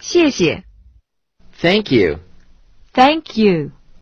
谢谢 Thank you. ，Thank you。